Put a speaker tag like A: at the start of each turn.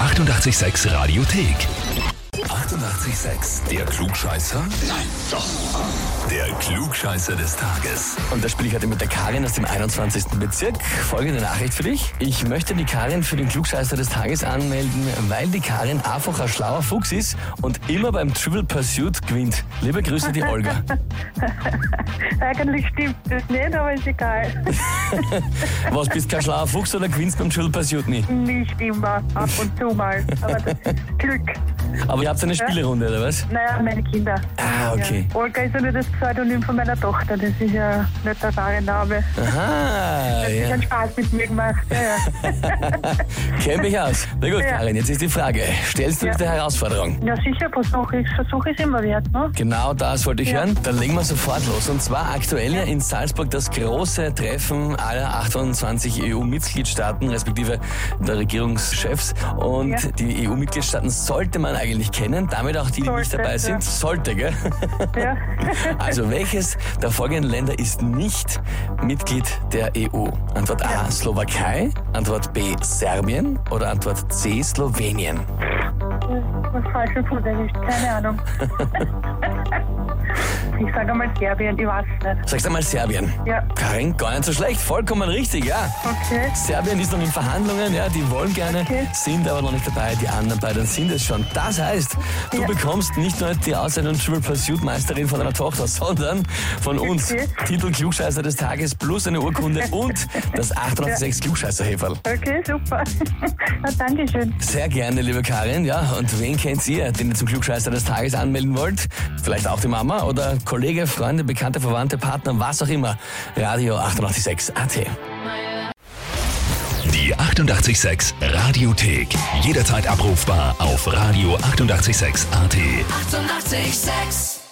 A: 886 Radiothek. 88,6. Der Klugscheißer? Nein, doch. Der Klugscheißer des Tages.
B: Und da spiele ich heute mit der Karin aus dem 21. Bezirk. Folgende Nachricht für dich. Ich möchte die Karin für den Klugscheißer des Tages anmelden, weil die Karin einfach ein schlauer Fuchs ist und immer beim Trivial Pursuit gewinnt. Liebe Grüße, die Olga.
C: Eigentlich stimmt das nicht, aber ist egal.
B: Was, bist kein schlauer Fuchs oder gewinnst beim Trivial Pursuit nicht?
C: Nicht immer, ab und zu mal. Aber das ist Glück.
B: Aber ihr habt eine Spielerunde, oder was?
C: Naja, meine Kinder.
B: Ah, okay.
C: Ja. Olga ist ja nur das Pseudonym von meiner Tochter. Das ist ja nicht der wahre Name.
B: Aha,
C: Ich
B: ja.
C: habe Spaß mit mir gemacht. Ja, ja.
B: Kenn mich aus. Na gut,
C: Ja.
B: Karin, jetzt ist die Frage. Stellst du
C: Ja.
B: uns die Herausforderung?
C: ja sicher, versuche ich. Versuche ist immer wert, ne?
B: Genau das wollte ich
C: Ja.
B: hören. Dann legen wir sofort los. Und zwar aktuell ja in Salzburg das große Treffen aller 28 EU-Mitgliedstaaten, respektive der Regierungschefs. Und
C: Ja.
B: die EU-Mitgliedstaaten sollte man eigentlich kennen, damit auch die, die nicht
C: Sollte,
B: dabei
C: ja.
B: sind. Sollte, gell?
C: Ja.
B: Also welches der folgenden Länder ist nicht Mitglied der EU? Antwort A, Slowakei. Antwort B, Serbien. Oder Antwort C, Slowenien.
C: Was falsch im Fuß erwischt, keine Ahnung. ich sage einmal Serbien, ich weiß nicht.
B: Sagst einmal Serbien.
C: Ja.
B: Karin, gar nicht so schlecht. Vollkommen richtig, ja.
C: Okay.
B: Serbien ist noch in Verhandlungen, ja, die wollen gerne,
C: Okay.
B: sind aber noch nicht dabei, die anderen beiden sind es schon. Das heißt, du
C: Ja.
B: bekommst nicht nur die Auszeichnung Triple Pursuit Meisterin von deiner Tochter, sondern von uns
C: Okay.
B: Titel Klugscheißer des Tages plus eine Urkunde und das 886 klugscheißer -Häferl.
C: Okay, super. Na, Dankeschön.
B: Sehr gerne, liebe Karin, ja, und wen kennt ihr, den ihr zum Klugscheißer des Tages anmelden wollt? Vielleicht auch die Mama oder Kollege, Freunde, Bekannte, Verwandte, Partner, was auch immer. Radio 886 AT.
A: Die 88,6 Radiothek. Jederzeit abrufbar auf radio886.at. 88,6.
D: Eighty-eight, sex.